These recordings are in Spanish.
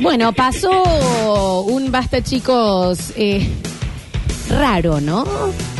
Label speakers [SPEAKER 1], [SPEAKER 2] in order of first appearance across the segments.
[SPEAKER 1] Bueno, pasó un basta, chicos, eh, raro, ¿no?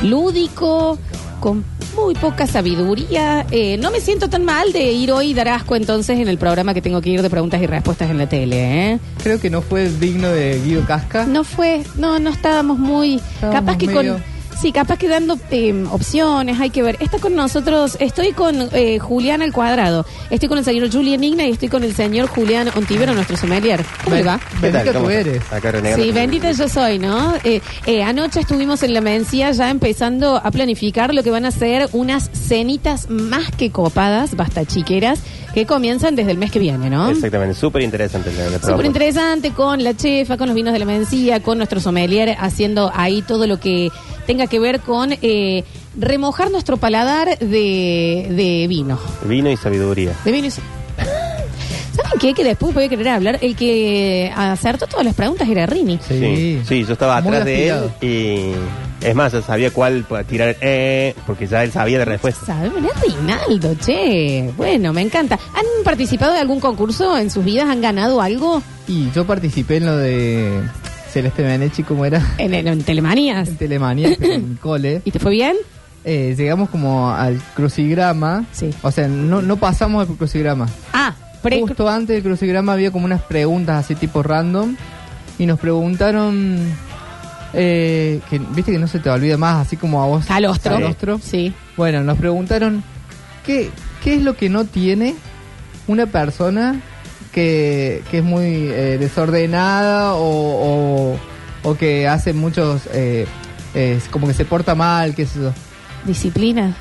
[SPEAKER 1] Lúdico, con muy poca sabiduría. Eh, no me siento tan mal de ir hoy y dar asco entonces en el programa que tengo que ir de preguntas y respuestas en la tele, ¿eh?
[SPEAKER 2] Creo que no fue digno de Guido Casca.
[SPEAKER 1] No fue, no, no estábamos muy.
[SPEAKER 2] Estábamos
[SPEAKER 1] capaz que
[SPEAKER 2] medio-
[SPEAKER 1] con. Sí, capaz que dando eh, opciones, hay que ver. Está con nosotros, estoy con eh, Julián al cuadrado, estoy con el señor Julián Igna y estoy con el señor Julián Ontivero, nuestro sommelier. ¿Cómo le va?
[SPEAKER 3] ¿Qué tal?
[SPEAKER 2] Bendita
[SPEAKER 3] ¿Cómo
[SPEAKER 2] tú
[SPEAKER 3] estás?
[SPEAKER 2] eres.
[SPEAKER 3] Acá renegando.
[SPEAKER 1] Sí, bendita yo soy, ¿no? Eh, eh, anoche estuvimos en la mencía ya empezando a planificar lo que van a ser unas cenitas más que copadas, basta chiqueras, que comienzan desde el mes que viene, ¿no?
[SPEAKER 3] Exactamente, súper interesante. la- la
[SPEAKER 1] Súper
[SPEAKER 3] propuesta.
[SPEAKER 1] interesante con la chefa, con los vinos de la mencía, con nuestro sommelier haciendo ahí todo lo que tenga que ver con eh, remojar nuestro paladar de, de vino.
[SPEAKER 3] Vino y sabiduría.
[SPEAKER 1] De vino y- ¿Saben qué? Que después voy a querer hablar. El que acertó todas las preguntas era Rini.
[SPEAKER 3] Sí, sí, yo estaba
[SPEAKER 2] Muy
[SPEAKER 3] atrás de él
[SPEAKER 2] aspirado.
[SPEAKER 3] y es más, yo sabía cuál para tirar, eh, porque ya él sabía de respuesta.
[SPEAKER 1] Sabe, mirá, Rinaldo, che. Bueno, me encanta. ¿Han participado de algún concurso en sus vidas? ¿Han ganado algo?
[SPEAKER 2] Y yo participé en lo de Celeste Menechi, como era
[SPEAKER 1] En, en, en Telemanías.
[SPEAKER 2] en Telemania, pero en el cole.
[SPEAKER 1] ¿Y te fue bien?
[SPEAKER 2] Eh, llegamos como al crucigrama.
[SPEAKER 1] Sí.
[SPEAKER 2] O sea, no, no pasamos el crucigrama.
[SPEAKER 1] Ah, pre
[SPEAKER 2] Justo antes del crucigrama había como unas preguntas así tipo random. Y nos preguntaron. eh, que, Viste que no se te olvida más, así como a vos.
[SPEAKER 1] calostro.
[SPEAKER 2] Calostro.
[SPEAKER 1] Sí.
[SPEAKER 2] Bueno, nos preguntaron qué, qué es lo que no tiene una persona que, que es muy eh, desordenada o, o- o que hace muchos, eh, es como que se porta mal, qué sé yo.
[SPEAKER 1] Disciplina.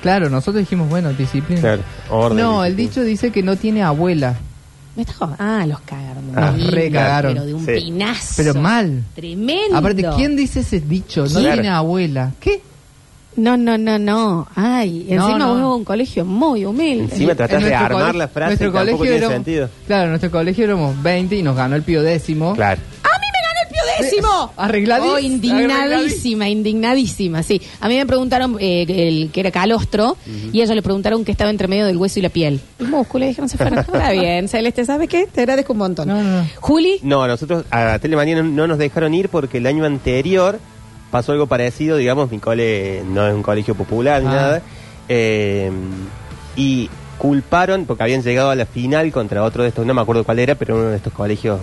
[SPEAKER 2] Claro, nosotros dijimos, bueno, disciplina.
[SPEAKER 3] Claro, orden,
[SPEAKER 2] no, el
[SPEAKER 3] disciplina.
[SPEAKER 2] dicho dice que no tiene abuela,
[SPEAKER 1] ¿Me estás jod- Ah, los cagaron.
[SPEAKER 3] Ah,
[SPEAKER 1] Divino,
[SPEAKER 2] re cagaron.
[SPEAKER 1] Pero de un
[SPEAKER 3] Sí.
[SPEAKER 1] pinazo.
[SPEAKER 2] pero mal.
[SPEAKER 1] Tremendo.
[SPEAKER 2] Aparte, ¿quién dice ese dicho? No
[SPEAKER 3] ¿Quién?
[SPEAKER 2] tiene abuela. ¿Qué?
[SPEAKER 1] No, no, no, no. Ay,
[SPEAKER 2] No,
[SPEAKER 1] encima
[SPEAKER 2] no.
[SPEAKER 1] vos sos un colegio muy humilde.
[SPEAKER 3] Encima
[SPEAKER 2] En
[SPEAKER 3] tratás de
[SPEAKER 2] nuestro
[SPEAKER 3] armar
[SPEAKER 2] cole-
[SPEAKER 3] la frase
[SPEAKER 2] nuestro
[SPEAKER 3] y tampoco
[SPEAKER 2] colegio
[SPEAKER 3] tiene
[SPEAKER 2] éramos-
[SPEAKER 3] sentido.
[SPEAKER 2] Claro, en nuestro colegio éramos 20 y nos ganó el pío décimo.
[SPEAKER 3] Claro.
[SPEAKER 1] ¡A mí me ganó el piodécimo!
[SPEAKER 2] Arregladis-
[SPEAKER 1] Oh, indignadísima, indignadísima, sí. A mí me preguntaron eh, el que era calostro y ellos le preguntaron que estaba entre medio del hueso y la piel. El músculo, y dijeron, se fueron. Está bien, Celeste, ¿sabes qué? Te agradezco un montón.
[SPEAKER 2] No, no, no.
[SPEAKER 1] Juli,
[SPEAKER 3] No, nosotros a Telemanía no, no nos dejaron ir porque el año anterior pasó algo parecido, digamos, mi cole no es un colegio popular ni
[SPEAKER 2] Ah.
[SPEAKER 3] nada, eh, y culparon porque habían llegado a la final contra otro de estos, no me acuerdo cuál era, pero uno de estos colegios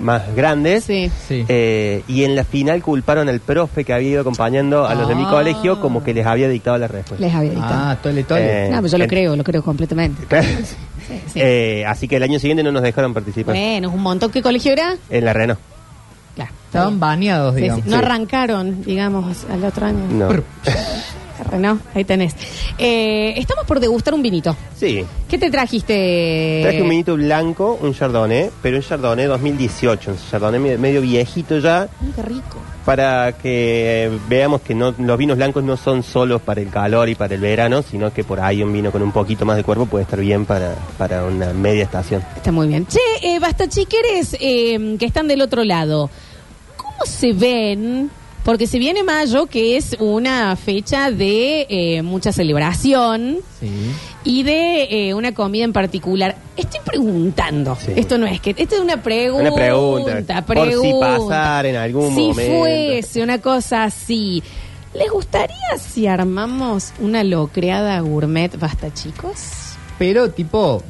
[SPEAKER 3] más grandes.
[SPEAKER 1] sí.
[SPEAKER 2] Sí.
[SPEAKER 3] Eh, y en la final culparon al profe que había ido acompañando a los de mi
[SPEAKER 1] Ah.
[SPEAKER 3] colegio como que les había dictado la respuesta.
[SPEAKER 1] les había dictado.
[SPEAKER 2] Ah, tole, tole.
[SPEAKER 3] Eh,
[SPEAKER 1] no, pero yo lo
[SPEAKER 3] en-
[SPEAKER 1] creo, lo creo completamente. Sí, sí.
[SPEAKER 3] Eh, pues. así que el año siguiente no nos dejaron participar
[SPEAKER 1] bueno, es un montón. ¿Qué colegio era?
[SPEAKER 3] en la Renault.
[SPEAKER 1] Claro. está
[SPEAKER 2] Estaban
[SPEAKER 1] bien.
[SPEAKER 2] baneados,
[SPEAKER 1] Sí, sí.
[SPEAKER 2] digamos.
[SPEAKER 1] No
[SPEAKER 3] Sí.
[SPEAKER 1] arrancaron, digamos, al otro año.
[SPEAKER 3] No.
[SPEAKER 1] Arre, No, ahí tenés. Eh, estamos por degustar un vinito.
[SPEAKER 3] Sí.
[SPEAKER 1] ¿Qué te trajiste?
[SPEAKER 3] Traje un vinito blanco, un Chardonnay, pero un Chardonnay 2018, un Chardonnay me- medio viejito ya,
[SPEAKER 1] Ay, Qué rico.
[SPEAKER 3] para que eh, veamos que no, los vinos blancos no son solos para el calor y para el verano, sino que por ahí un vino con un poquito más de cuerpo puede estar bien para, para una media estación.
[SPEAKER 1] Está muy bien. Che, eh, basta chiqueres eh, que están del otro lado. ¿Cómo se ven? Porque se viene mayo, que es una fecha de eh, mucha celebración
[SPEAKER 2] Sí.
[SPEAKER 1] y de eh, una comida en particular. Estoy preguntando.
[SPEAKER 3] Sí.
[SPEAKER 1] Esto no es que. Esto es una pregunta.
[SPEAKER 3] Una pregunta, por si pasar en algún
[SPEAKER 1] si
[SPEAKER 3] momento.
[SPEAKER 1] fuese una cosa así. ¿Les gustaría si armamos una locreada gourmet basta, chicos?
[SPEAKER 2] Pero tipo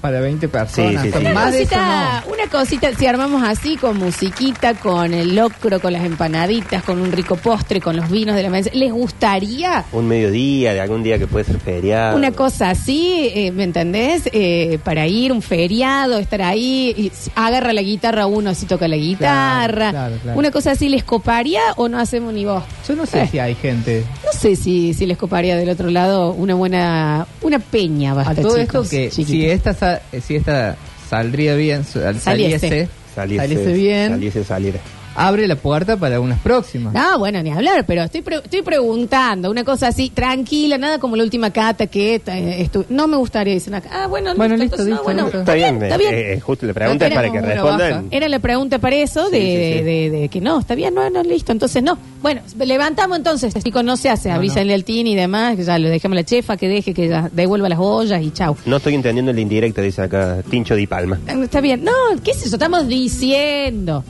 [SPEAKER 2] para 20 personas.
[SPEAKER 3] Sí, sí,
[SPEAKER 2] o sea,
[SPEAKER 3] sí.
[SPEAKER 1] Una
[SPEAKER 2] Más de eso
[SPEAKER 1] cosita,
[SPEAKER 2] no.
[SPEAKER 1] una cosita, si armamos así con musiquita, con el locro, con las empanaditas, con un rico postre, con los vinos de la mesa, ¿les gustaría
[SPEAKER 3] Un mediodía, de algún día que puede ser feriado.
[SPEAKER 1] una cosa así, eh, me entendés? Eh, para ir un feriado, estar ahí, y s- agarra la guitarra uno si toca la guitarra,
[SPEAKER 2] claro, claro.
[SPEAKER 1] una cosa así, ¿les coparía o no hacemos ni vos?
[SPEAKER 2] Yo no sé
[SPEAKER 1] Eh.
[SPEAKER 2] si hay gente.
[SPEAKER 1] No sé si, si les coparía del otro lado una buena, una peña,
[SPEAKER 2] A
[SPEAKER 1] bastante.
[SPEAKER 2] todo esto que si esta, sa- eh, si esta saldría bien, su- al-
[SPEAKER 1] Saliese.
[SPEAKER 2] saliese,
[SPEAKER 3] Saliese,
[SPEAKER 2] saliese bien,
[SPEAKER 3] Saliese salir.
[SPEAKER 2] abre la puerta para unas próximas.
[SPEAKER 1] No, bueno, ni hablar, pero estoy, pre- estoy preguntando una cosa así, tranquila, nada como la última cata que eh, estu- no me gustaría, dicen acá. Ah, bueno,
[SPEAKER 2] Bueno,
[SPEAKER 1] listo,
[SPEAKER 2] listo,
[SPEAKER 1] entonces,
[SPEAKER 2] listo,
[SPEAKER 1] no,
[SPEAKER 2] listo.
[SPEAKER 1] bueno,
[SPEAKER 3] Está bien,
[SPEAKER 1] está
[SPEAKER 3] eh,
[SPEAKER 1] bien.
[SPEAKER 3] eh, justo la pregunta
[SPEAKER 1] No
[SPEAKER 3] es para que
[SPEAKER 1] tenemos uno Eh.
[SPEAKER 3] respondan.
[SPEAKER 1] bajo. Era la pregunta para eso, de,
[SPEAKER 3] Sí, sí, sí.
[SPEAKER 1] de- de- de que no, está bien, no, no, listo, entonces no. Bueno, levantamos entonces, chicos, no se hace,
[SPEAKER 2] No,
[SPEAKER 1] avísenle al tin y demás, que ya lo dejemos a la chefa, que deje, que ya devuelva las ollas y chau.
[SPEAKER 3] No estoy entendiendo el indirecto, dice acá Tincho Di Palma.
[SPEAKER 1] Ah, Está bien. No, ¿qué es eso? Estamos diciendo.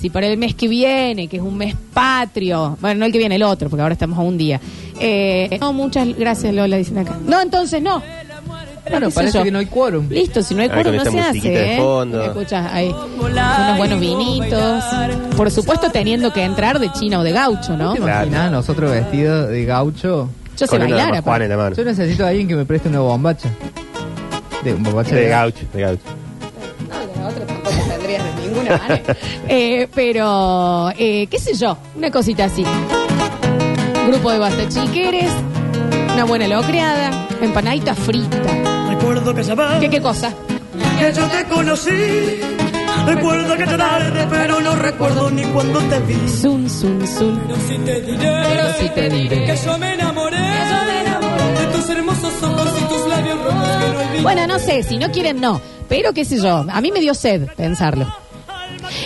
[SPEAKER 1] Si para el mes que viene, que es un mes patrio, bueno, no el que viene, el otro, porque ahora estamos a un día. Eh, no, muchas gracias, Lola, dicen acá. No, entonces no.
[SPEAKER 2] Bueno,
[SPEAKER 1] ¿Qué sé
[SPEAKER 2] parece
[SPEAKER 1] yo?
[SPEAKER 2] que no hay quórum.
[SPEAKER 1] Listo, si no hay
[SPEAKER 3] Ahí con
[SPEAKER 1] coro no
[SPEAKER 3] esta
[SPEAKER 1] se
[SPEAKER 3] musiquita de
[SPEAKER 1] hace. ¿eh?
[SPEAKER 3] fondo.
[SPEAKER 1] Escuchas ahí unos buenos vinitos. Por supuesto, teniendo que entrar de china o de gaucho, ¿no?
[SPEAKER 2] ¿Te
[SPEAKER 3] Claro.
[SPEAKER 2] imaginas nosotros vestidos de gaucho?
[SPEAKER 1] Yo sé
[SPEAKER 3] Con una
[SPEAKER 1] bailar,
[SPEAKER 3] de Juan
[SPEAKER 1] aparte.
[SPEAKER 3] en la mano.
[SPEAKER 2] Yo necesito a alguien que me preste una bombacha. De, un bombacha
[SPEAKER 3] De gaucho, de gaucho.
[SPEAKER 1] Eh, pero, eh, qué sé yo, una cosita así. Grupo de basta chiqueres, una buena locreada, empanadita frita.
[SPEAKER 4] Recuerdo que llamaba,
[SPEAKER 1] ¿Qué, qué cosa?
[SPEAKER 4] que yo te conocí. Recuerdo que tarde, pero no recuerdo ni cuando te vi.
[SPEAKER 1] Zun, zun, zun.
[SPEAKER 5] Pero si te diré,
[SPEAKER 1] Pero sí te diré.
[SPEAKER 5] que yo me enamoré, de tus hermosos ojos y tus labios rojos que no olvidé.
[SPEAKER 1] Bueno, no sé, si no quieren, no. Pero qué sé yo, a mí me dio sed pensarlo.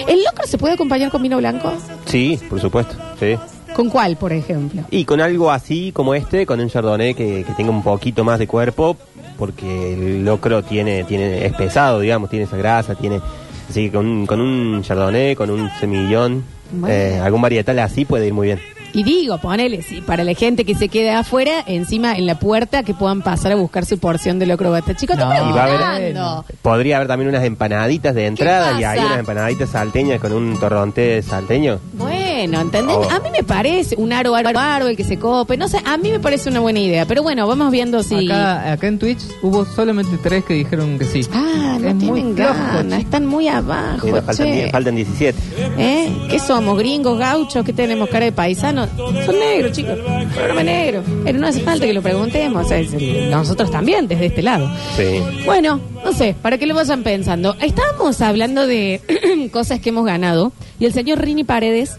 [SPEAKER 1] ¿El locro se puede acompañar con vino blanco?
[SPEAKER 3] Sí, por supuesto, sí.
[SPEAKER 1] ¿Con cuál, por ejemplo?
[SPEAKER 3] Y con algo así como este, con un chardonnay que, que tenga un poquito más de cuerpo, porque el locro tiene, tiene, es pesado, digamos, tiene esa grasa, tiene. Así que con, con un chardonnay, con un semillón,
[SPEAKER 1] Bueno.
[SPEAKER 3] eh, algún varietal así puede ir muy bien.
[SPEAKER 1] Y digo, ponele, si para la gente que se quede afuera, encima en la puerta, que puedan pasar a buscar su porción de locro basta. Chicos,
[SPEAKER 2] No,
[SPEAKER 1] estamos
[SPEAKER 3] y va a haber-
[SPEAKER 1] preguntando.
[SPEAKER 3] Podría haber también unas empanaditas de entrada y
[SPEAKER 1] pasa?
[SPEAKER 3] hay unas empanaditas salteñas con un torronté salteño.
[SPEAKER 1] Bueno, ¿entendés?
[SPEAKER 3] Oh.
[SPEAKER 1] A mí me parece un aro, aro, aro, el que se cope. No sé, a mí me parece una buena idea. Pero bueno, vamos viendo si.
[SPEAKER 2] Acá, acá en Twitch hubo solamente tres que dijeron que sí.
[SPEAKER 1] Ah, no
[SPEAKER 2] Es muy
[SPEAKER 1] tienen
[SPEAKER 2] flojo,
[SPEAKER 1] ganas,
[SPEAKER 2] chico.
[SPEAKER 1] están muy abajo.
[SPEAKER 3] Pero faltan,
[SPEAKER 1] che.
[SPEAKER 3] die- faltan 17.
[SPEAKER 1] ¿Eh? ¿Qué somos? ¿Gringos, gauchos? ¿Qué tenemos? ¿Cara de paisanos? Son negros, chicos. Programa negro. Pero no hace falta que lo preguntemos. o sea, es el- nosotros también, desde este lado.
[SPEAKER 3] Sí.
[SPEAKER 1] Bueno, no sé, para que lo vayan pensando. Estábamos hablando de cosas que hemos ganado y el señor Rini Paredes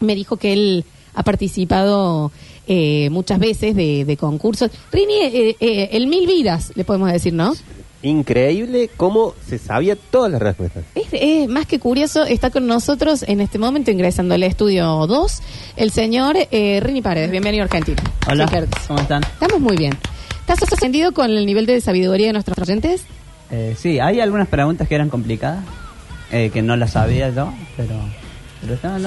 [SPEAKER 1] me dijo que él ha participado eh, muchas veces de, de concursos. Rini, eh, eh, el Mil Vidas, le podemos decir, ¿no?
[SPEAKER 3] Increíble cómo se sabía todas las respuestas.
[SPEAKER 1] Es, es más que curioso, está con nosotros en este momento ingresando al estudio 2 el señor eh, Rini Paredes. Bienvenido a Argentina.
[SPEAKER 6] Hola,
[SPEAKER 1] Señor,
[SPEAKER 6] ¿cómo están?
[SPEAKER 1] Estamos muy bien. ¿Estás sorprendido con el nivel de sabiduría de nuestros oyentes?
[SPEAKER 6] Eh, sí, hay algunas preguntas que eran complicadas, eh, que no las sabía yo, pero, pero estaban,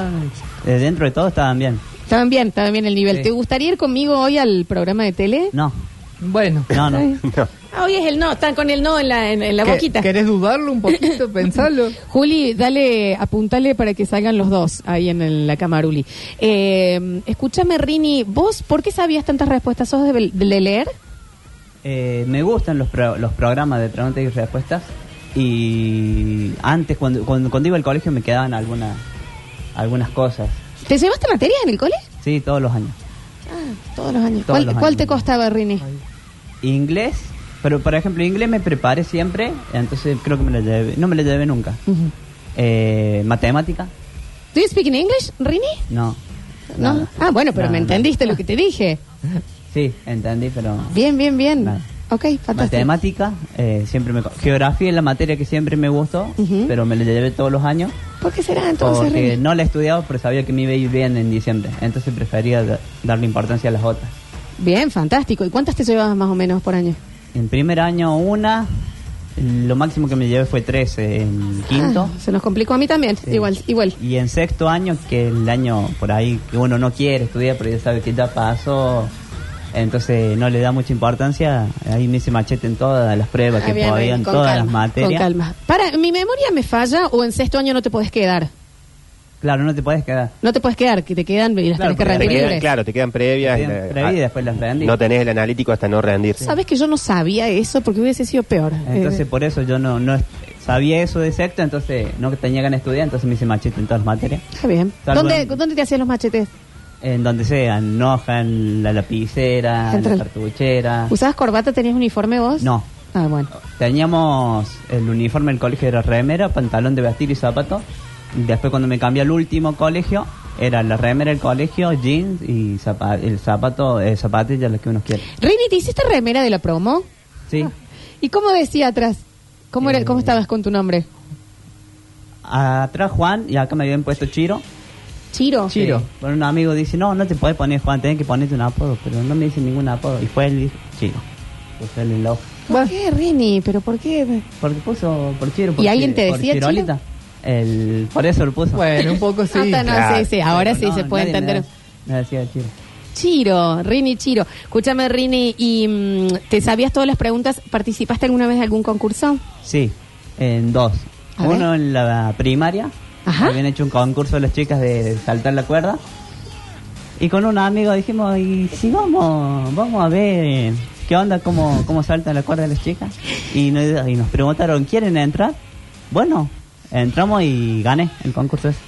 [SPEAKER 6] eh, dentro de todo estaban bien.
[SPEAKER 1] Estaban bien, estaban bien el nivel.
[SPEAKER 6] Sí.
[SPEAKER 1] ¿Te gustaría ir conmigo hoy al programa de tele?
[SPEAKER 6] No,
[SPEAKER 2] Bueno.
[SPEAKER 6] no, no.
[SPEAKER 3] No.
[SPEAKER 1] Ah, hoy es el no, están con el no en la, en, en la
[SPEAKER 2] ¿Que-
[SPEAKER 1] boquita.
[SPEAKER 2] ¿Querés dudarlo un poquito? Pensalo.
[SPEAKER 1] Juli, dale, apuntale para que salgan los dos ahí en el- la camaruli. Eh, escúchame, Rini, ¿vos por qué sabías tantas respuestas? ¿Sos de, bel- de leer?
[SPEAKER 6] Eh, me gustan los, pro- los programas de preguntas y respuestas y antes cuando, cuando, cuando iba al colegio me quedaban algunas algunas cosas.
[SPEAKER 1] ¿Te llevaste materia en el cole?
[SPEAKER 6] Sí, todos los años.
[SPEAKER 1] Ah, todos los años.
[SPEAKER 6] Todos
[SPEAKER 1] ¿Cuál,
[SPEAKER 6] los
[SPEAKER 1] cuál
[SPEAKER 6] años.
[SPEAKER 1] te costaba, Rini?
[SPEAKER 6] Inglés, pero por ejemplo inglés me preparé siempre, entonces creo que me lo llevé, no me lo llevé nunca.
[SPEAKER 1] Ujú.
[SPEAKER 6] Eh, Matemática,
[SPEAKER 1] ¿Do you speak in English, Rini?
[SPEAKER 6] no.
[SPEAKER 1] No.
[SPEAKER 6] Nada.
[SPEAKER 1] Ah, bueno, pero
[SPEAKER 6] No,
[SPEAKER 1] me
[SPEAKER 6] no.
[SPEAKER 1] entendiste lo que te dije.
[SPEAKER 6] Sí, entendí, pero...
[SPEAKER 1] Bien, bien, bien.
[SPEAKER 6] Nada.
[SPEAKER 1] Ok, fantástico.
[SPEAKER 6] Matemática, eh, siempre me... co- Geografía es la materia que siempre me gustó,
[SPEAKER 1] Ujú.
[SPEAKER 6] pero me la llevé todos los años.
[SPEAKER 1] ¿Por qué será entonces,
[SPEAKER 6] Porque
[SPEAKER 1] Rini?
[SPEAKER 6] no la he estudiado, pero sabía que me iba a ir bien en diciembre. Entonces prefería da- darle importancia a las otras.
[SPEAKER 1] Bien, fantástico. ¿Y cuántas te llevabas más o menos por año?
[SPEAKER 6] En primer año una, lo máximo que me llevé fue tres en quinto.
[SPEAKER 1] Ah, se nos complicó a mí también.
[SPEAKER 6] Sí.
[SPEAKER 1] Igual, igual.
[SPEAKER 6] Y en sexto año, que el año por ahí que uno no quiere estudiar, pero ya sabe que ya pasó, entonces no le da mucha importancia. Ahí me hice machete en todas las pruebas
[SPEAKER 1] Ah,
[SPEAKER 6] que
[SPEAKER 1] bien,
[SPEAKER 6] podían,
[SPEAKER 1] Rini, con
[SPEAKER 6] todas
[SPEAKER 1] calma,
[SPEAKER 6] las
[SPEAKER 1] Con
[SPEAKER 6] materias.
[SPEAKER 1] calma. Para, ¿mi memoria me falla o en sexto año no te puedes quedar?
[SPEAKER 6] Claro, no te puedes quedar.
[SPEAKER 1] No te puedes quedar, que te quedan y las
[SPEAKER 6] Claro,
[SPEAKER 1] tenés que
[SPEAKER 6] porque
[SPEAKER 3] Te
[SPEAKER 1] rendir
[SPEAKER 3] quedan-
[SPEAKER 1] libres.
[SPEAKER 3] claro, te quedan previas.
[SPEAKER 6] Te quedan
[SPEAKER 3] eh,
[SPEAKER 6] previas y
[SPEAKER 3] ah,
[SPEAKER 6] después las rendís.
[SPEAKER 3] No tenés el analítico hasta no rendir.
[SPEAKER 1] Sabes que yo no sabía eso porque hubiese sido peor.
[SPEAKER 6] Entonces
[SPEAKER 1] Eh,
[SPEAKER 6] por eso yo no, no es- sabía eso de sexto, entonces no tenía ganas de estudiar, entonces me hice machete en todas las materias.
[SPEAKER 1] Está bien.
[SPEAKER 6] Salvo
[SPEAKER 1] ¿Dónde,
[SPEAKER 6] en-
[SPEAKER 1] ¿Dónde te hacías los machetes?
[SPEAKER 6] En donde sea, en hoja, en la lapicera, en
[SPEAKER 1] Central.
[SPEAKER 6] la cartuchera.
[SPEAKER 1] ¿Usabas corbata? ¿Tenías uniforme vos?
[SPEAKER 6] Ah. No.
[SPEAKER 1] Ah, bueno.
[SPEAKER 6] Teníamos el uniforme del colegio era remera, pantalón de vestir y zapato. después cuando me cambié al último colegio, era la remera del colegio, jeans y zapa- el zapato, eh, zapatillas, lo que uno quiere.
[SPEAKER 1] Rini, ¿te hiciste remera de la promo?
[SPEAKER 6] Sí.
[SPEAKER 1] ¿Y cómo decía atrás? ¿Cómo, era,
[SPEAKER 6] Eh.
[SPEAKER 1] ¿Cómo estabas con tu nombre? Ah.
[SPEAKER 6] Atrás Juan y acá me habían puesto Chiro.
[SPEAKER 1] Chiro.
[SPEAKER 2] Chiro.
[SPEAKER 6] Sí. Bueno, un amigo dice, no, no te puedes poner Juan, tenés que ponerte un apodo, pero no me dice ningún apodo. Y fue él, dijo, Chiro. Puso él en la hoja.
[SPEAKER 1] ¿Por qué, Rini? ¿Pero por qué?
[SPEAKER 6] Porque puso por Chiro. por
[SPEAKER 1] ¿Y alguien
[SPEAKER 6] Chiro-
[SPEAKER 1] te
[SPEAKER 6] por
[SPEAKER 1] decía Chiro?
[SPEAKER 6] Chirolita. El, por eso lo puso.
[SPEAKER 2] Bueno, un poco sí.
[SPEAKER 1] Ah, está, no,
[SPEAKER 3] claro.
[SPEAKER 1] sí, sí, ahora sí
[SPEAKER 6] Pero
[SPEAKER 1] se
[SPEAKER 6] no,
[SPEAKER 1] puede
[SPEAKER 6] nadie me
[SPEAKER 1] entender.
[SPEAKER 6] da- Me decía Chiro.
[SPEAKER 1] Chiro, Rini Chiro. Escúchame, Rini, ¿y mm, te sabías todas las preguntas? ¿Participaste alguna vez de algún concurso?
[SPEAKER 6] Sí, en dos.
[SPEAKER 1] A
[SPEAKER 6] Uno en la primaria.
[SPEAKER 1] Ajá.
[SPEAKER 6] Habían hecho un concurso de las chicas de saltar la cuerda. Y con un amigo dijimos, y si vamos, vamos a ver qué onda, cómo, cómo saltan la cuerda las chicas. Y nos, y nos preguntaron, ¿quieren entrar? Bueno, entramos y gané el concurso ese.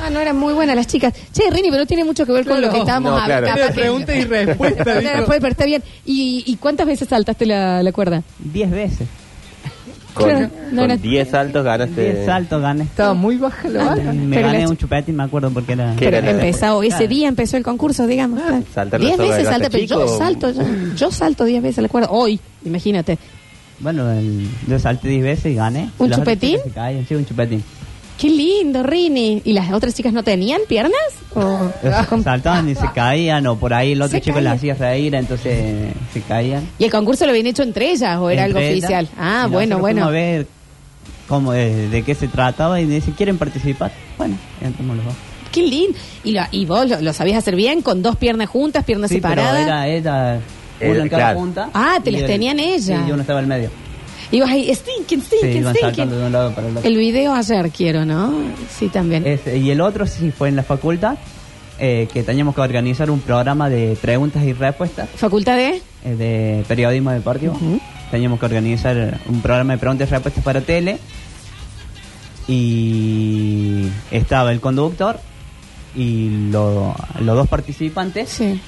[SPEAKER 1] Ah, no eran muy buenas las chicas. Che, Rini, pero tiene mucho que ver con lo que estábamos
[SPEAKER 3] No,
[SPEAKER 1] hablando.
[SPEAKER 3] claro.
[SPEAKER 1] capaz
[SPEAKER 2] Era
[SPEAKER 1] que-
[SPEAKER 2] pregunta y respuesta,
[SPEAKER 1] Pero,
[SPEAKER 2] dijo.
[SPEAKER 1] pero, pero está bien. ¿Y, y cuántas veces saltaste la, la cuerda?
[SPEAKER 6] Diez veces.
[SPEAKER 1] Claro,
[SPEAKER 3] Con
[SPEAKER 1] no
[SPEAKER 3] con
[SPEAKER 1] era-
[SPEAKER 3] 10 saltos ganaste.
[SPEAKER 6] Diez saltos gané.
[SPEAKER 2] Estaba muy baja
[SPEAKER 1] Ah,
[SPEAKER 2] la
[SPEAKER 6] Y
[SPEAKER 2] vara.
[SPEAKER 6] Me
[SPEAKER 1] Pero
[SPEAKER 6] gané
[SPEAKER 1] las-
[SPEAKER 6] un chupetín, me acuerdo, porque era...
[SPEAKER 3] ¿Qué
[SPEAKER 1] Pero
[SPEAKER 3] era la-
[SPEAKER 1] empezó, ese
[SPEAKER 6] Claro.
[SPEAKER 1] día empezó el concurso, digamos. claro.
[SPEAKER 3] saltar la
[SPEAKER 1] diez
[SPEAKER 3] soga de
[SPEAKER 1] veces
[SPEAKER 3] gato
[SPEAKER 1] salta, pero yo
[SPEAKER 3] chico.
[SPEAKER 1] salto, yo, yo salto diez veces la cuerda. Hoy, imagínate.
[SPEAKER 6] Bueno, el- yo salté 10 veces y gané.
[SPEAKER 1] ¿Un
[SPEAKER 6] Las otras
[SPEAKER 1] chupetín?
[SPEAKER 6] chicas se caían, Sí, un chupetín.
[SPEAKER 1] Qué lindo, Rini. ¿Y las otras chicas no tenían piernas? ¿O-
[SPEAKER 6] Ellos Saltaban y se caían, o por ahí el otro
[SPEAKER 1] Se
[SPEAKER 6] chico
[SPEAKER 1] caían.
[SPEAKER 6] le hacía reír, entonces se caían.
[SPEAKER 1] ¿Y el concurso lo habían hecho entre ellas o era
[SPEAKER 6] Entre
[SPEAKER 1] algo
[SPEAKER 6] ellas,
[SPEAKER 1] oficial? Ah,
[SPEAKER 6] y
[SPEAKER 1] bueno,
[SPEAKER 6] nosotros
[SPEAKER 1] bueno.
[SPEAKER 6] fuimos A ver cómo, eh, de qué se trataba y me dice, ¿quieren participar? Bueno, entramos los dos.
[SPEAKER 1] Qué lindo. Y, lo- y vos lo, lo sabías hacer bien con dos piernas juntas, piernas
[SPEAKER 6] sí, pero
[SPEAKER 1] separadas.
[SPEAKER 6] era ella,
[SPEAKER 3] Era,
[SPEAKER 6] uno en cada
[SPEAKER 3] claro.
[SPEAKER 6] punta.
[SPEAKER 1] Ah, te
[SPEAKER 6] y
[SPEAKER 1] las
[SPEAKER 6] el-
[SPEAKER 1] tenían ellas.
[SPEAKER 6] Sí, y uno estaba en medio.
[SPEAKER 1] Y vas ahí, stinking,
[SPEAKER 6] Sí,
[SPEAKER 1] stinking,
[SPEAKER 6] iban
[SPEAKER 1] stinking.
[SPEAKER 6] saltando de un lado para el otro. Eh.
[SPEAKER 1] El video ayer quiero, ¿no? Sí, también.
[SPEAKER 6] Ese, y el otro sí fue en la facultad, eh, que teníamos que organizar un programa de preguntas y respuestas.
[SPEAKER 1] Facultad E? de...
[SPEAKER 6] eh, de periodismo deportivo.
[SPEAKER 1] Ujú.
[SPEAKER 6] Teníamos que organizar un programa de preguntas y respuestas para tele. Y estaba el conductor y lo- los dos participantes.
[SPEAKER 1] Sí.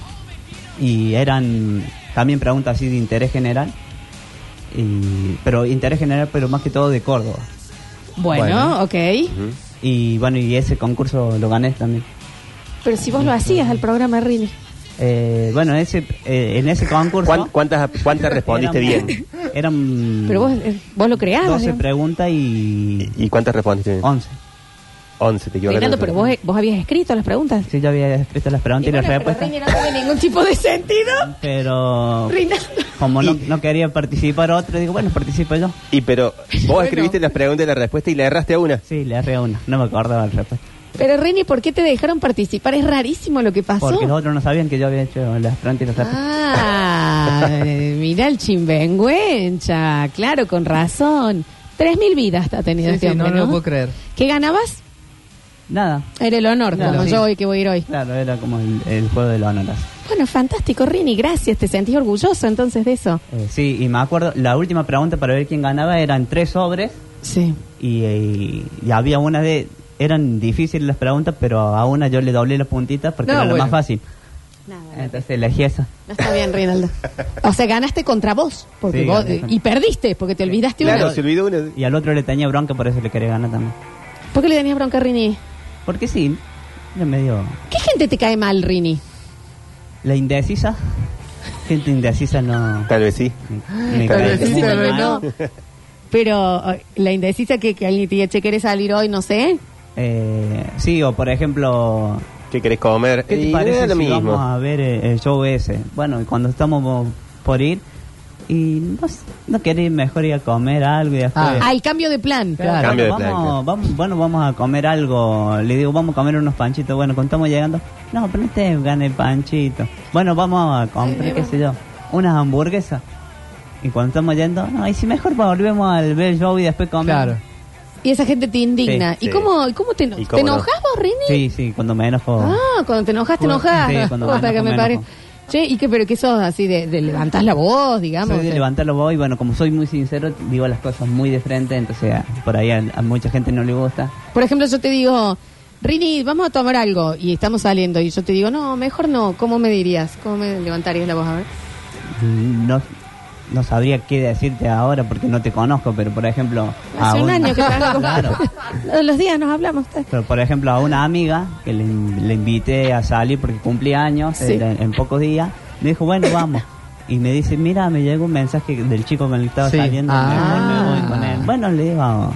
[SPEAKER 6] Y eran también preguntas así de interés general. Y, pero interés general, pero más que todo de Córdoba.
[SPEAKER 1] Bueno, ok.
[SPEAKER 3] Ujú.
[SPEAKER 6] Y bueno, y ese concurso lo gané también.
[SPEAKER 1] Pero si vos lo hacías al programa Rini.
[SPEAKER 6] Eh, bueno, ese, eh, en ese concurso.
[SPEAKER 3] ¿Cuán- ¿Cuántas, cuántas respondiste
[SPEAKER 6] éramos-
[SPEAKER 3] bien?
[SPEAKER 6] Eran
[SPEAKER 1] Pero vos, eh, vos lo creabas.
[SPEAKER 6] 12
[SPEAKER 1] digamos.
[SPEAKER 6] preguntas y
[SPEAKER 3] ¿Y, y cuántas respondiste bien?
[SPEAKER 6] 11.
[SPEAKER 3] 11, te equivocaste.
[SPEAKER 1] Fernando, pero vos, eh, vos habías escrito las preguntas.
[SPEAKER 6] Sí, yo había escrito las preguntas y,
[SPEAKER 1] Y
[SPEAKER 6] las
[SPEAKER 1] bueno, pero
[SPEAKER 6] respuestas,
[SPEAKER 1] Rini no tiene ningún tipo de sentido.
[SPEAKER 6] pero
[SPEAKER 1] Rinaldo.
[SPEAKER 6] como no, no quería participar otro, digo, bueno, participo yo.
[SPEAKER 3] Y pero vos escribiste las preguntas y la respuesta y le erraste a una.
[SPEAKER 6] Sí, le erré a una, no me acordaba el respuesta.
[SPEAKER 1] Pero Rini, ¿por qué te dejaron participar? Es rarísimo lo que pasó.
[SPEAKER 6] Porque los otros no sabían que yo había hecho las preguntas y las respuestas.
[SPEAKER 1] Ah, eh, mira el chimbengüencha. Claro, con razón. Tres mil vidas ha tenido
[SPEAKER 2] Sí,
[SPEAKER 1] este
[SPEAKER 2] sí, no,
[SPEAKER 1] hombre,
[SPEAKER 2] no
[SPEAKER 1] ¿no?
[SPEAKER 2] lo puedo creer.
[SPEAKER 1] ¿Qué ganabas?
[SPEAKER 6] Nada,
[SPEAKER 1] Era el honor,
[SPEAKER 6] Claro,
[SPEAKER 1] como
[SPEAKER 6] sí.
[SPEAKER 1] yo hoy que voy a ir hoy.
[SPEAKER 6] claro, era como el, el juego de los honores.
[SPEAKER 1] Bueno, fantástico, Rini, gracias. ¿Te sentís orgulloso entonces de eso?
[SPEAKER 6] Eh, sí, y me acuerdo, la última pregunta para ver quién ganaba eran tres sobres
[SPEAKER 1] Sí.
[SPEAKER 6] y, y- y había una de... Eran difíciles las preguntas, pero a una yo le doblé las puntitas
[SPEAKER 1] Ah,
[SPEAKER 6] porque
[SPEAKER 2] No,
[SPEAKER 6] era la
[SPEAKER 2] bueno.
[SPEAKER 6] más fácil.
[SPEAKER 1] Nada,
[SPEAKER 6] Entonces elegí esa.
[SPEAKER 1] no está bien, Rinaldo. O sea, ganaste contra vos. Porque
[SPEAKER 6] Sí,
[SPEAKER 1] vos
[SPEAKER 6] gané.
[SPEAKER 1] y perdiste, porque te olvidaste
[SPEAKER 3] Claro,
[SPEAKER 1] una.
[SPEAKER 3] se olvidó una.
[SPEAKER 6] Y al otro le tenía bronca, por eso le quería ganar también.
[SPEAKER 1] ¿Por qué le tenías bronca a Rini?
[SPEAKER 6] Porque sí, era medio...
[SPEAKER 1] ¿Qué gente te cae mal, Rini?
[SPEAKER 6] La indecisa. Gente indecisa no.
[SPEAKER 3] Tal vez sí.
[SPEAKER 6] Me
[SPEAKER 3] Tal
[SPEAKER 6] cae
[SPEAKER 3] vez sí,
[SPEAKER 6] muy
[SPEAKER 1] tal vez
[SPEAKER 6] mal.
[SPEAKER 1] no. Pero eh, la indecisa que, que alguien te diga, che, ¿querés salir hoy? No sé.
[SPEAKER 6] Eh, sí, o por ejemplo,
[SPEAKER 3] ¿Qué querés comer?
[SPEAKER 6] ¿qué te
[SPEAKER 3] Y
[SPEAKER 6] parece
[SPEAKER 3] era
[SPEAKER 6] si
[SPEAKER 3] lo mismo.
[SPEAKER 6] vamos a ver eh, el show ese? Bueno, y cuando estamos bo- por ir, y no, s- no querés mejor ir a comer algo y después...
[SPEAKER 2] Ah,
[SPEAKER 1] Al cambio de plan.
[SPEAKER 6] Claro,
[SPEAKER 3] Cambio de plan, claro.
[SPEAKER 6] vamos, vamos, bueno, vamos a comer algo. Le digo, vamos a comer unos panchitos. Bueno, cuando estamos llegando, no, pero no te gane el panchito. Bueno, vamos a comprar, qué sé yo, unas hamburguesas. Y cuando estamos yendo, no, y si mejor volvemos al Bell Show y después comemos.
[SPEAKER 2] Claro.
[SPEAKER 1] Y esa gente te indigna. ¿Y
[SPEAKER 3] Sí, sí.
[SPEAKER 1] cómo, y cómo te,
[SPEAKER 3] ¿Y
[SPEAKER 1] enojas?
[SPEAKER 3] cómo
[SPEAKER 1] ¿Te
[SPEAKER 3] no?
[SPEAKER 1] enojas vos, Rini?
[SPEAKER 6] Sí, sí, cuando me enojo.
[SPEAKER 1] Ah, cuando te enojas, te
[SPEAKER 6] Cuando-
[SPEAKER 1] enojas.
[SPEAKER 6] sí, cuando me
[SPEAKER 1] Puta que
[SPEAKER 6] enojo,
[SPEAKER 1] me
[SPEAKER 6] me
[SPEAKER 1] pare-
[SPEAKER 6] enojo.
[SPEAKER 1] Che, ¿y qué? ¿Pero qué sos así de, de levantás la voz, digamos?
[SPEAKER 6] Soy de
[SPEAKER 1] Sí.
[SPEAKER 6] levantarlo voy, bueno, como soy muy sincero, digo las cosas muy de frente, entonces ah, por ahí a, a mucha gente no le gusta.
[SPEAKER 1] Por ejemplo, yo te digo, Rini, vamos a tomar algo. Y estamos saliendo. Y yo te digo, no, mejor no. ¿Cómo me dirías? ¿Cómo me levantarías la voz? A ver.
[SPEAKER 6] No, no sabría qué decirte ahora porque no te conozco, pero por ejemplo... a
[SPEAKER 1] Hace un
[SPEAKER 6] un-
[SPEAKER 1] año que estás
[SPEAKER 6] Ah, Claro.
[SPEAKER 1] Todos los días nos hablamos. está.
[SPEAKER 6] Pero, por ejemplo, a una amiga que le, le invité a salir porque cumplía años
[SPEAKER 1] Sí.
[SPEAKER 6] era en, en pocos días, me dijo, bueno, vamos. Y me dice, mira, me llegó un mensaje del chico con el que estaba
[SPEAKER 2] Sí.
[SPEAKER 6] saliendo. me
[SPEAKER 2] Ah.
[SPEAKER 6] voy, me voy con él. Bueno, le digo,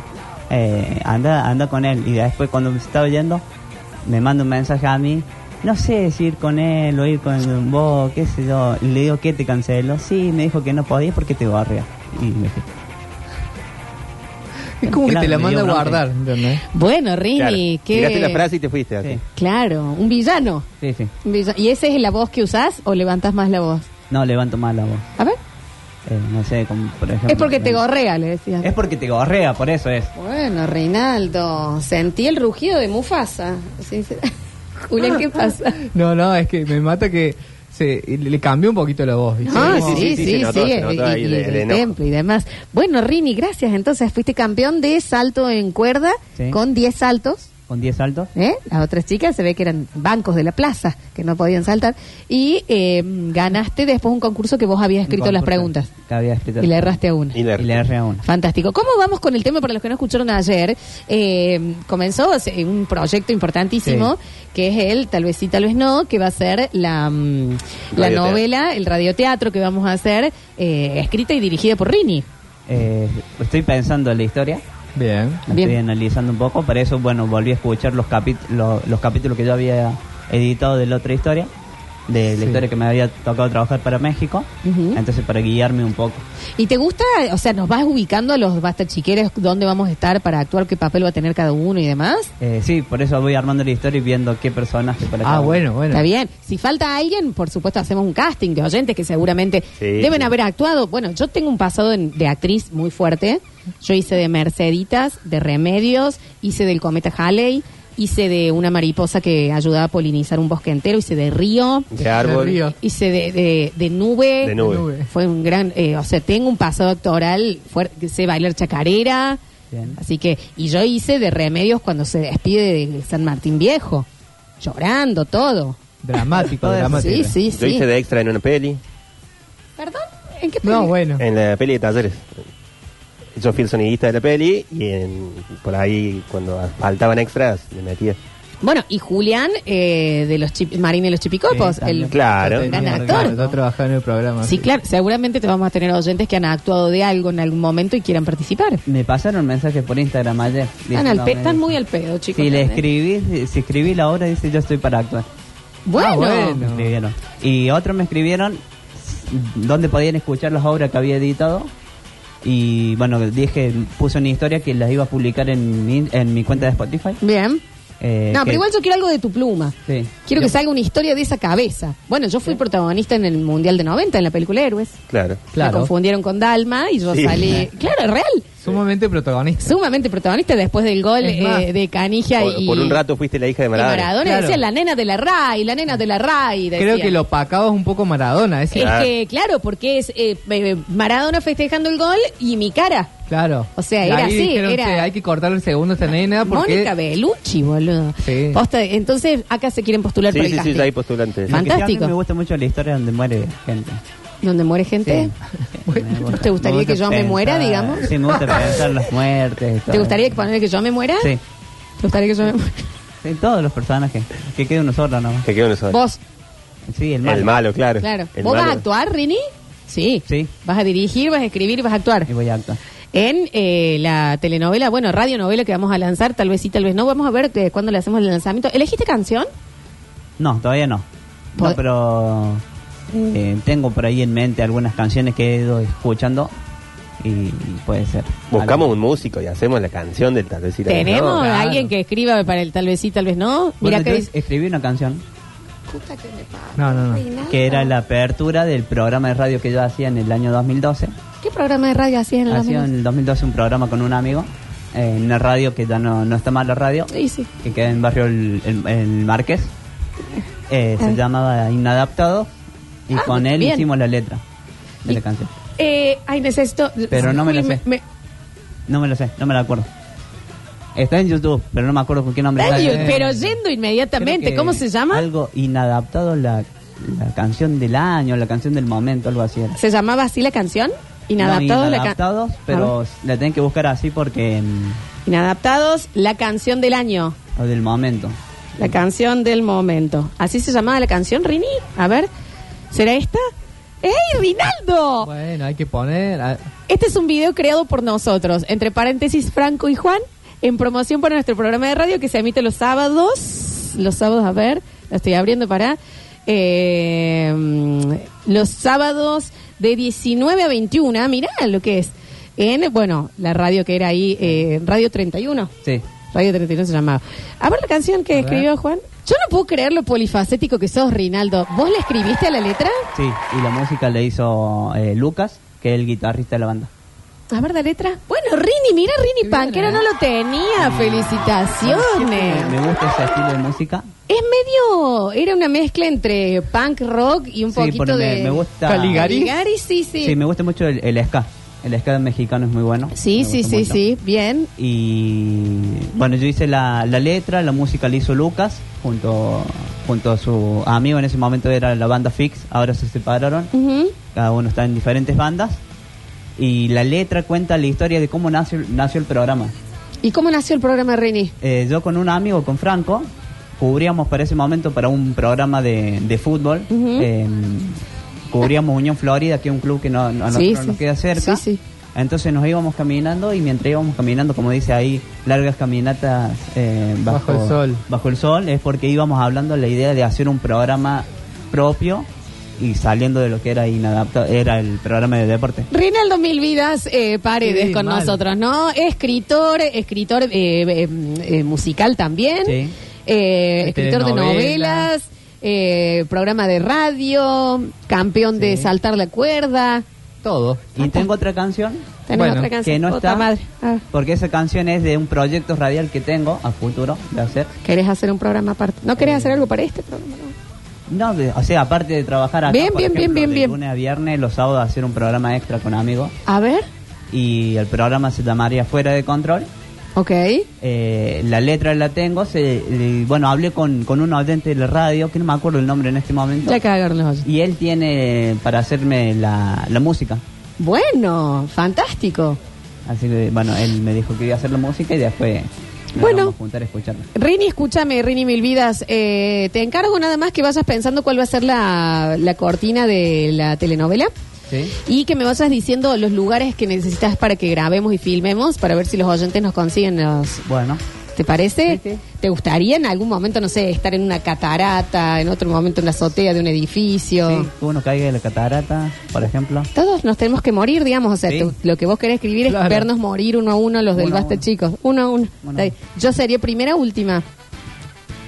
[SPEAKER 6] eh, anda, anda con él. Y después, cuando me estaba yendo, me manda un mensaje a mí. No sé si ir con él o ir con vos, qué sé yo. Y le digo, ¿qué te canceló? Sí, me dijo que no podía porque te barría. Y me dije,
[SPEAKER 2] Es como que
[SPEAKER 6] Claro,
[SPEAKER 2] te la
[SPEAKER 6] me
[SPEAKER 2] manda a
[SPEAKER 6] dio bronca.
[SPEAKER 2] guardar, ¿entendés?
[SPEAKER 1] Bueno, Rini,
[SPEAKER 3] Claro,
[SPEAKER 1] qué...
[SPEAKER 3] Tiraste la frase y te fuiste. así.
[SPEAKER 6] sí,
[SPEAKER 1] Claro, un villano.
[SPEAKER 6] sí, sí.
[SPEAKER 1] un villano. ¿Y esa es la voz que usás o levantás más la voz?
[SPEAKER 6] No levanto más la voz.
[SPEAKER 1] A ver.
[SPEAKER 6] Eh, no sé, como por ejemplo.
[SPEAKER 1] Es porque te gorrea, le decías.
[SPEAKER 6] Es porque te gorrea, por eso es.
[SPEAKER 1] Bueno, Reinaldo, sentí el rugido de Mufasa. Sí, sí. Julián, ¿qué pasa?
[SPEAKER 2] No, no, es que me mata que se, le cambió un poquito la voz. ¿viste?
[SPEAKER 1] Ah,
[SPEAKER 3] sí,
[SPEAKER 1] sí, sí,
[SPEAKER 3] sí, se
[SPEAKER 1] sí,
[SPEAKER 3] notó, se
[SPEAKER 1] y,
[SPEAKER 3] notó ahí
[SPEAKER 1] y
[SPEAKER 3] de-
[SPEAKER 1] del
[SPEAKER 3] de enojo.
[SPEAKER 1] templo y demás. Bueno, Rini, gracias. Entonces, fuiste campeón de salto en cuerda
[SPEAKER 6] Sí.
[SPEAKER 1] con 10 saltos.
[SPEAKER 6] Con 10 saltos.
[SPEAKER 1] ¿eh? Las otras chicas se ve que eran bancos de la plaza, que no podían saltar. Y eh, ganaste después un concurso que vos habías escrito
[SPEAKER 6] Un
[SPEAKER 1] las
[SPEAKER 6] concurso
[SPEAKER 1] preguntas.
[SPEAKER 6] Que había escrito.
[SPEAKER 1] Y le erraste a una.
[SPEAKER 3] Y la-
[SPEAKER 6] Y le erré a una.
[SPEAKER 1] Fantástico. ¿Cómo vamos con el tema para los que no escucharon ayer? Eh, comenzó hace un proyecto importantísimo
[SPEAKER 6] Sí.
[SPEAKER 1] que es el Tal vez sí, tal vez no, que va a ser la, mm, la
[SPEAKER 3] Radioteatro.
[SPEAKER 1] novela, el radioteatro que vamos a hacer, eh, escrita y dirigida por Rini.
[SPEAKER 6] Eh, estoy pensando en la historia.
[SPEAKER 2] Bien.
[SPEAKER 6] la
[SPEAKER 1] Bien.
[SPEAKER 6] Estoy analizando un poco. Para eso, bueno, volví a escuchar los, capi- lo- los capítulos que yo había editado de la otra historia. De la
[SPEAKER 2] Sí.
[SPEAKER 6] historia que me había tocado trabajar para México.
[SPEAKER 1] Ujú.
[SPEAKER 6] Entonces, para guiarme un poco.
[SPEAKER 1] ¿Y te gusta, o sea, nos vas ubicando a los bastachiqueros dónde vamos a estar para actuar, qué papel va a tener cada uno y demás?
[SPEAKER 6] Eh, sí, por eso voy armando la historia y viendo qué personaje para cada
[SPEAKER 2] Ah,
[SPEAKER 6] uno.
[SPEAKER 2] bueno, bueno.
[SPEAKER 1] Está bien. Si falta alguien, por supuesto, hacemos un casting de oyentes que seguramente
[SPEAKER 3] Sí,
[SPEAKER 1] deben
[SPEAKER 3] sí.
[SPEAKER 1] haber actuado. Bueno, yo tengo un pasado en- de actriz muy fuerte. Yo hice de Merceditas, de Remedios, hice del Cometa Halley, hice de una mariposa que ayudaba a polinizar un bosque entero, hice de Río,
[SPEAKER 3] De árbol.
[SPEAKER 2] río.
[SPEAKER 1] hice de, de- de Nube.
[SPEAKER 3] De nube.
[SPEAKER 2] Nube.
[SPEAKER 1] Fue un gran, eh, o sea, tengo un pasado actoral fuerte, sé bailar chacarera.
[SPEAKER 6] Bien.
[SPEAKER 1] Así que, y yo hice de remedios cuando se despide de San Martín Viejo, llorando todo.
[SPEAKER 2] Dramático,
[SPEAKER 6] Todo eso,
[SPEAKER 2] dramático.
[SPEAKER 1] Sí, sí,
[SPEAKER 3] Yo
[SPEAKER 1] sí.
[SPEAKER 3] hice de extra en una peli,
[SPEAKER 1] ¿Perdón? ¿En qué
[SPEAKER 2] No,
[SPEAKER 1] peli?
[SPEAKER 2] bueno.
[SPEAKER 3] en la peli de talleres. Yo fui el sonidista de la peli y en- por ahí cuando faltaban extras le metía.
[SPEAKER 1] Bueno, y Julián eh, de los Chip- Marín y los Chipicopos.
[SPEAKER 6] Sí,
[SPEAKER 1] el-
[SPEAKER 6] también.
[SPEAKER 3] Claro.
[SPEAKER 2] Yo tenía-
[SPEAKER 1] Gran
[SPEAKER 2] claro,
[SPEAKER 1] actor.
[SPEAKER 2] Yo trabajaba en el programa.
[SPEAKER 1] Sí, claro, seguramente te vamos a tener oyentes que han actuado de algo en algún momento y quieran participar.
[SPEAKER 6] Me pasaron mensajes por Instagram ayer.
[SPEAKER 1] Están, al pe-
[SPEAKER 6] diciéndome-
[SPEAKER 1] están muy al pedo, chicos.
[SPEAKER 6] Si le
[SPEAKER 1] también.
[SPEAKER 6] escribí, si escribí la obra, dice yo estoy para actuar.
[SPEAKER 1] Bueno,
[SPEAKER 2] Ah,
[SPEAKER 6] Me
[SPEAKER 2] bueno. No.
[SPEAKER 6] escribieron. Y otros me escribieron dónde podían escuchar las obras que había editado. Y bueno, dije, puse una historia que las iba a publicar en mi, en mi cuenta de Spotify.
[SPEAKER 1] bien.
[SPEAKER 6] Eh,
[SPEAKER 1] no,
[SPEAKER 6] que-
[SPEAKER 1] pero igual yo quiero algo de tu pluma.
[SPEAKER 6] Sí.
[SPEAKER 1] Quiero que
[SPEAKER 6] Yo-
[SPEAKER 1] salga una historia de esa cabeza. Bueno, yo fui protagonista en el Mundial de 90, en la película Héroes.
[SPEAKER 3] Claro.
[SPEAKER 1] Me
[SPEAKER 2] Claro.
[SPEAKER 1] confundieron con Dalma y yo
[SPEAKER 3] Sí.
[SPEAKER 1] salí. Claro, es real.
[SPEAKER 2] Sumamente protagonista.
[SPEAKER 1] Sumamente protagonista después del gol
[SPEAKER 2] Es más,
[SPEAKER 1] eh, de Canigia
[SPEAKER 3] Por,
[SPEAKER 1] y.
[SPEAKER 3] por un rato fuiste la hija de
[SPEAKER 1] y
[SPEAKER 3] Maradona.
[SPEAKER 1] Maradona
[SPEAKER 2] Claro.
[SPEAKER 1] decía la nena de la RAI, la nena de la RAI.
[SPEAKER 2] Creo
[SPEAKER 1] decía.
[SPEAKER 2] que lo pacabas un poco Maradona, ese.
[SPEAKER 1] Es que, claro, porque es eh, eh, Maradona festejando el gol y mi cara.
[SPEAKER 2] Claro.
[SPEAKER 1] O sea,
[SPEAKER 2] Y
[SPEAKER 1] era
[SPEAKER 2] ahí
[SPEAKER 1] así,
[SPEAKER 2] dijeron,
[SPEAKER 1] era-
[SPEAKER 2] "Che, hay que cortar el segundo este a esta nena porque...
[SPEAKER 1] Mónica Bellucci, boludo.
[SPEAKER 2] Sí.
[SPEAKER 1] Posta, entonces, acá se quieren postular
[SPEAKER 3] Sí,
[SPEAKER 1] para el
[SPEAKER 3] sí, sí,
[SPEAKER 1] casting.
[SPEAKER 3] ya hay postulantes.
[SPEAKER 6] lo que sí, a mí
[SPEAKER 1] fantástico.
[SPEAKER 6] me gusta mucho la historia donde muere gente.
[SPEAKER 1] Donde muere gente. ¿No te gustaría
[SPEAKER 6] Me gusta
[SPEAKER 1] que yo me muera,
[SPEAKER 6] pensar-
[SPEAKER 1] digamos?
[SPEAKER 6] Sí, me gusta pensar las muertes. y todo.
[SPEAKER 1] ¿Te gustaría que ponerle que yo me muera?
[SPEAKER 6] Sí,
[SPEAKER 1] ¿Te gustaría que yo me muera?
[SPEAKER 6] sí, todos los personajes. Que quede uno solo nomás.
[SPEAKER 3] Que quedó en eso.
[SPEAKER 1] Vos,
[SPEAKER 6] Sí, el
[SPEAKER 3] El
[SPEAKER 6] malo.
[SPEAKER 3] malo, claro.
[SPEAKER 1] claro.
[SPEAKER 3] El
[SPEAKER 1] ¿Vos vas a
[SPEAKER 3] malo.
[SPEAKER 1] actuar, Rini? Sí.
[SPEAKER 6] Sí.
[SPEAKER 1] Vas a dirigir, vas a escribir y vas a actuar.
[SPEAKER 6] Y voy a actuar.
[SPEAKER 1] En eh, la telenovela, bueno, radionovela que vamos a lanzar, tal vez sí, tal vez no. Vamos a ver eh, cuándo le hacemos el lanzamiento. ¿Elegiste canción?
[SPEAKER 6] No, todavía no.
[SPEAKER 1] Pod- Mm.
[SPEAKER 6] No, pero eh, tengo por ahí en mente algunas canciones que he ido escuchando y, y puede ser.
[SPEAKER 3] Buscamos
[SPEAKER 6] algo.
[SPEAKER 3] un músico y hacemos la canción del tal vez sí, tal vez no.
[SPEAKER 1] ¿Tenemos
[SPEAKER 6] claro.
[SPEAKER 1] alguien que escriba para el tal vez sí, tal vez no? Mira
[SPEAKER 6] Bueno,
[SPEAKER 1] que
[SPEAKER 6] yo
[SPEAKER 1] dice.
[SPEAKER 6] escribí una canción
[SPEAKER 2] No, no, no.
[SPEAKER 6] que era la apertura del programa de radio que yo hacía en el año 2012.
[SPEAKER 1] ¿Qué programa de radio hacías en la
[SPEAKER 6] Hacía en el 2012 un programa con un amigo eh, en una radio que ya no, no está mal la radio,
[SPEAKER 1] Sí, sí.
[SPEAKER 6] que queda en barrio el, el- el Marqués. Eh,
[SPEAKER 1] Ah.
[SPEAKER 6] se llamaba Inadaptado y
[SPEAKER 1] Ah,
[SPEAKER 6] con él
[SPEAKER 1] bien.
[SPEAKER 6] hicimos la letra de
[SPEAKER 1] Y-
[SPEAKER 6] la canción.
[SPEAKER 1] Eh, ay, necesito.
[SPEAKER 6] Pero no me la sé. No me lo sé, no me lo acuerdo. Está en YouTube, pero no me acuerdo con qué nombre
[SPEAKER 1] Dale,
[SPEAKER 6] está.
[SPEAKER 1] pero yendo
[SPEAKER 6] Creo
[SPEAKER 1] inmediatamente,
[SPEAKER 6] que
[SPEAKER 1] ¿cómo se llama?
[SPEAKER 6] Algo inadaptado la, la canción del año, la canción del momento, algo así. Era.
[SPEAKER 1] ¿Se llamaba así la canción? Inadaptados,
[SPEAKER 6] No,
[SPEAKER 1] la ca-
[SPEAKER 6] inadaptados,
[SPEAKER 1] A
[SPEAKER 6] pero
[SPEAKER 1] ver.
[SPEAKER 6] la tenés que buscar así porque... mm,
[SPEAKER 1] Inadaptados, la canción del año.
[SPEAKER 6] o del momento.
[SPEAKER 1] La canción del momento. ¿Así se llamaba la canción, Rini? A ver, ¿será esta? ¡Ey, Rinaldo!
[SPEAKER 2] Bueno, hay que poner. a-
[SPEAKER 1] Este es un video creado por nosotros, entre paréntesis Franco y Juan, en promoción para nuestro programa de radio que se emite los sábados. Los sábados, a ver, lo estoy abriendo para. eh, mm, los sábados de 19 a 21, mirá lo que es. En, bueno, la radio que era ahí, eh, Radio 31.
[SPEAKER 6] Sí.
[SPEAKER 1] Radio 31 se llamaba. A ver la canción que
[SPEAKER 2] A ver.
[SPEAKER 1] escribió Juan. Yo no puedo creer lo polifacético que sos, Rinaldo. ¿Vos la escribiste a la letra?
[SPEAKER 6] Sí, y la música le hizo eh, Lucas, que es el guitarrista de la banda.
[SPEAKER 1] A ver, la letra. Bueno, Rini, mira, Rini
[SPEAKER 2] Qué
[SPEAKER 1] Panquera no
[SPEAKER 2] bien, ¿eh?
[SPEAKER 1] lo tenía.
[SPEAKER 6] Me
[SPEAKER 1] Felicitaciones.
[SPEAKER 6] gusta ese estilo de música.
[SPEAKER 1] Es medio. Era una mezcla entre punk rock y un
[SPEAKER 6] Sí,
[SPEAKER 1] poquito
[SPEAKER 6] poneme,
[SPEAKER 1] de.
[SPEAKER 6] me gusta-
[SPEAKER 2] Caligari.
[SPEAKER 1] Caligari, sí, sí.
[SPEAKER 6] Sí, me gusta mucho el, el ska. El ska mexicano es muy bueno.
[SPEAKER 1] sí,
[SPEAKER 6] Me
[SPEAKER 1] sí,
[SPEAKER 6] gusta
[SPEAKER 1] sí,
[SPEAKER 6] mucho.
[SPEAKER 1] sí. Bien.
[SPEAKER 6] Y bueno, yo hice la, la letra, la música la hizo Lucas junto, junto a su amigo. En ese momento era la banda Fix, ahora se separaron.
[SPEAKER 1] Ujú.
[SPEAKER 6] Cada uno está en diferentes bandas. Y la letra cuenta la historia de cómo nació, nació el programa.
[SPEAKER 1] ¿Y cómo nació el programa Rini?
[SPEAKER 6] Eh, yo con un amigo, con Franco, cubríamos para ese momento para un programa de, de fútbol.
[SPEAKER 1] Ujú.
[SPEAKER 6] eh, cubríamos Unión Florida, que es un club que no, no- a
[SPEAKER 1] Sí,
[SPEAKER 6] nosotros
[SPEAKER 1] sí.
[SPEAKER 6] nos queda cerca.
[SPEAKER 1] Sí, sí.
[SPEAKER 6] Entonces nos íbamos caminando y mientras íbamos caminando, como dice ahí, largas caminatas eh, bajo,
[SPEAKER 2] Bajo el sol.
[SPEAKER 6] Bajo el sol es porque íbamos hablando la idea de hacer un programa propio y saliendo de lo que era inadaptado, era el programa de deporte.
[SPEAKER 1] Rinaldo Mil Vidas eh, Paredes
[SPEAKER 2] Sí,
[SPEAKER 1] con
[SPEAKER 2] mal.
[SPEAKER 1] nosotros, ¿no? Escritor, escritor eh, eh, eh, musical también,
[SPEAKER 6] Sí.
[SPEAKER 1] eh,
[SPEAKER 2] De
[SPEAKER 1] escritor de novelas,
[SPEAKER 2] telenovelas.
[SPEAKER 1] eh, programa de radio, campeón de
[SPEAKER 2] Sí.
[SPEAKER 1] saltar la cuerda.
[SPEAKER 2] Todo.
[SPEAKER 6] Y tengo otra canción
[SPEAKER 1] Tenemos
[SPEAKER 2] Bueno,
[SPEAKER 1] otra canción.
[SPEAKER 6] que no
[SPEAKER 1] Puta
[SPEAKER 6] está,
[SPEAKER 1] madre. Ah,
[SPEAKER 6] porque esa canción es de un proyecto radial que tengo a futuro de hacer.
[SPEAKER 1] ¿Querés hacer un programa aparte? ¿No querés hacer algo para este programa? no?
[SPEAKER 6] No, de- o sea, aparte de trabajar acá,
[SPEAKER 1] Bien,
[SPEAKER 6] por
[SPEAKER 1] bien, bien,
[SPEAKER 6] ejemplo,
[SPEAKER 1] bien,
[SPEAKER 6] de
[SPEAKER 1] bien.
[SPEAKER 6] lunes a viernes, los sábados hacer un programa extra con amigos
[SPEAKER 1] A ver,
[SPEAKER 6] y el programa se llamaría Fuera de Control.
[SPEAKER 1] ok.
[SPEAKER 6] Eh, la letra la tengo, se, eh, bueno, hablé con, con un oyente de la radio, que no me acuerdo el nombre en este momento,
[SPEAKER 1] Ya cagaron los oyentes.
[SPEAKER 6] y él tiene para hacerme la, la música.
[SPEAKER 1] Bueno, fantástico.
[SPEAKER 6] Así que, bueno, él me dijo que iba a hacer la música y después nos
[SPEAKER 1] Bueno.
[SPEAKER 6] vamos a juntar a escucharla.
[SPEAKER 1] Rini, escúchame, Rini Milvidas, eh, te encargo nada más que vayas pensando cuál va a ser la, la cortina de la telenovela
[SPEAKER 6] ¿Sí?
[SPEAKER 1] y que me vayas diciendo los lugares que necesitas para que grabemos y filmemos para ver si los oyentes nos consiguen los...
[SPEAKER 6] Bueno,
[SPEAKER 1] ¿Te parece?
[SPEAKER 6] Sí, sí.
[SPEAKER 1] ¿Te gustaría en algún momento, no sé, estar en una catarata, en otro momento en la azotea de un edificio?
[SPEAKER 6] sí, que uno caiga de la catarata, por ejemplo.
[SPEAKER 1] Todos nos tenemos que morir, digamos, o sea,
[SPEAKER 6] Sí.
[SPEAKER 1] tú- lo que vos querés escribir es
[SPEAKER 2] Claro.
[SPEAKER 1] vernos morir uno a uno los del
[SPEAKER 6] Uno a
[SPEAKER 1] Basta
[SPEAKER 6] uno.
[SPEAKER 1] Chicos, uno a uno.
[SPEAKER 6] Uno a
[SPEAKER 1] Está bien. Yo sería primera última.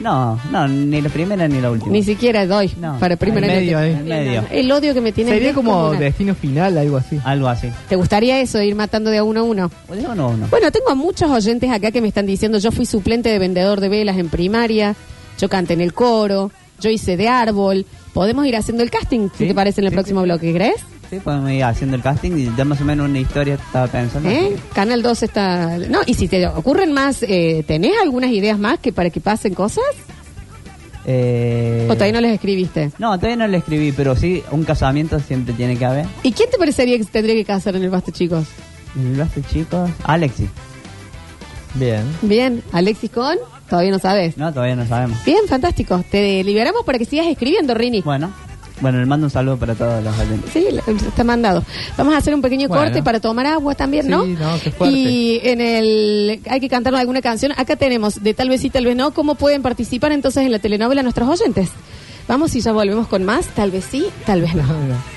[SPEAKER 6] No, no, ni la primera ni la última.
[SPEAKER 1] Ni siquiera doy
[SPEAKER 6] No,
[SPEAKER 1] para primera
[SPEAKER 2] al
[SPEAKER 1] y
[SPEAKER 2] medio,
[SPEAKER 1] última.
[SPEAKER 6] eh. Al medio.
[SPEAKER 1] El odio que me tiene
[SPEAKER 2] Sería
[SPEAKER 1] es
[SPEAKER 2] como
[SPEAKER 1] descomunal.
[SPEAKER 2] destino final, algo así.
[SPEAKER 6] Algo así.
[SPEAKER 1] ¿Te gustaría eso, de ir matando de a uno a uno?
[SPEAKER 6] ¿O de uno a uno?
[SPEAKER 1] Bueno, tengo a muchos oyentes acá que me están diciendo, yo fui suplente de vendedor de velas en primaria, yo canté en el coro, yo hice de árbol. Podemos ir haciendo el casting, si
[SPEAKER 6] Sí,
[SPEAKER 1] te parece, en el
[SPEAKER 6] sí,
[SPEAKER 1] próximo
[SPEAKER 6] sí.
[SPEAKER 1] bloque, ¿crees?
[SPEAKER 6] Sí, podemos ir haciendo el casting y ya más o menos una historia estaba pensando.
[SPEAKER 1] ¿Eh? Canal 2 está... No, y si te ocurren más, eh, ¿tenés algunas ideas más que para que pasen cosas?
[SPEAKER 6] Eh,
[SPEAKER 1] ¿O todavía no les escribiste?
[SPEAKER 6] No, todavía no le escribí, pero sí, un casamiento siempre tiene que haber.
[SPEAKER 1] ¿Y quién te parecería que se tendría que casar en el Basta, chicos?
[SPEAKER 6] Lo hace chicos. Alexi.
[SPEAKER 2] Bien.
[SPEAKER 1] Bien, Alexis con... Todavía no sabes.
[SPEAKER 6] No, todavía no sabemos.
[SPEAKER 1] Bien, fantástico. Te liberamos para que sigas escribiendo, Rini.
[SPEAKER 6] Bueno, bueno, le mando un saludo para todos los oyentes.
[SPEAKER 1] Sí, la- está mandado. Vamos a hacer un pequeño
[SPEAKER 2] Bueno.
[SPEAKER 1] corte para tomar agua también,
[SPEAKER 2] Sí,
[SPEAKER 1] ¿no?
[SPEAKER 2] no, qué fuerte.
[SPEAKER 1] Y en el hay que cantar alguna canción. Acá tenemos de tal vez sí, tal vez no. ¿Cómo pueden participar entonces en la telenovela nuestros oyentes? Vamos y ya volvemos con más. Tal vez sí, tal vez no.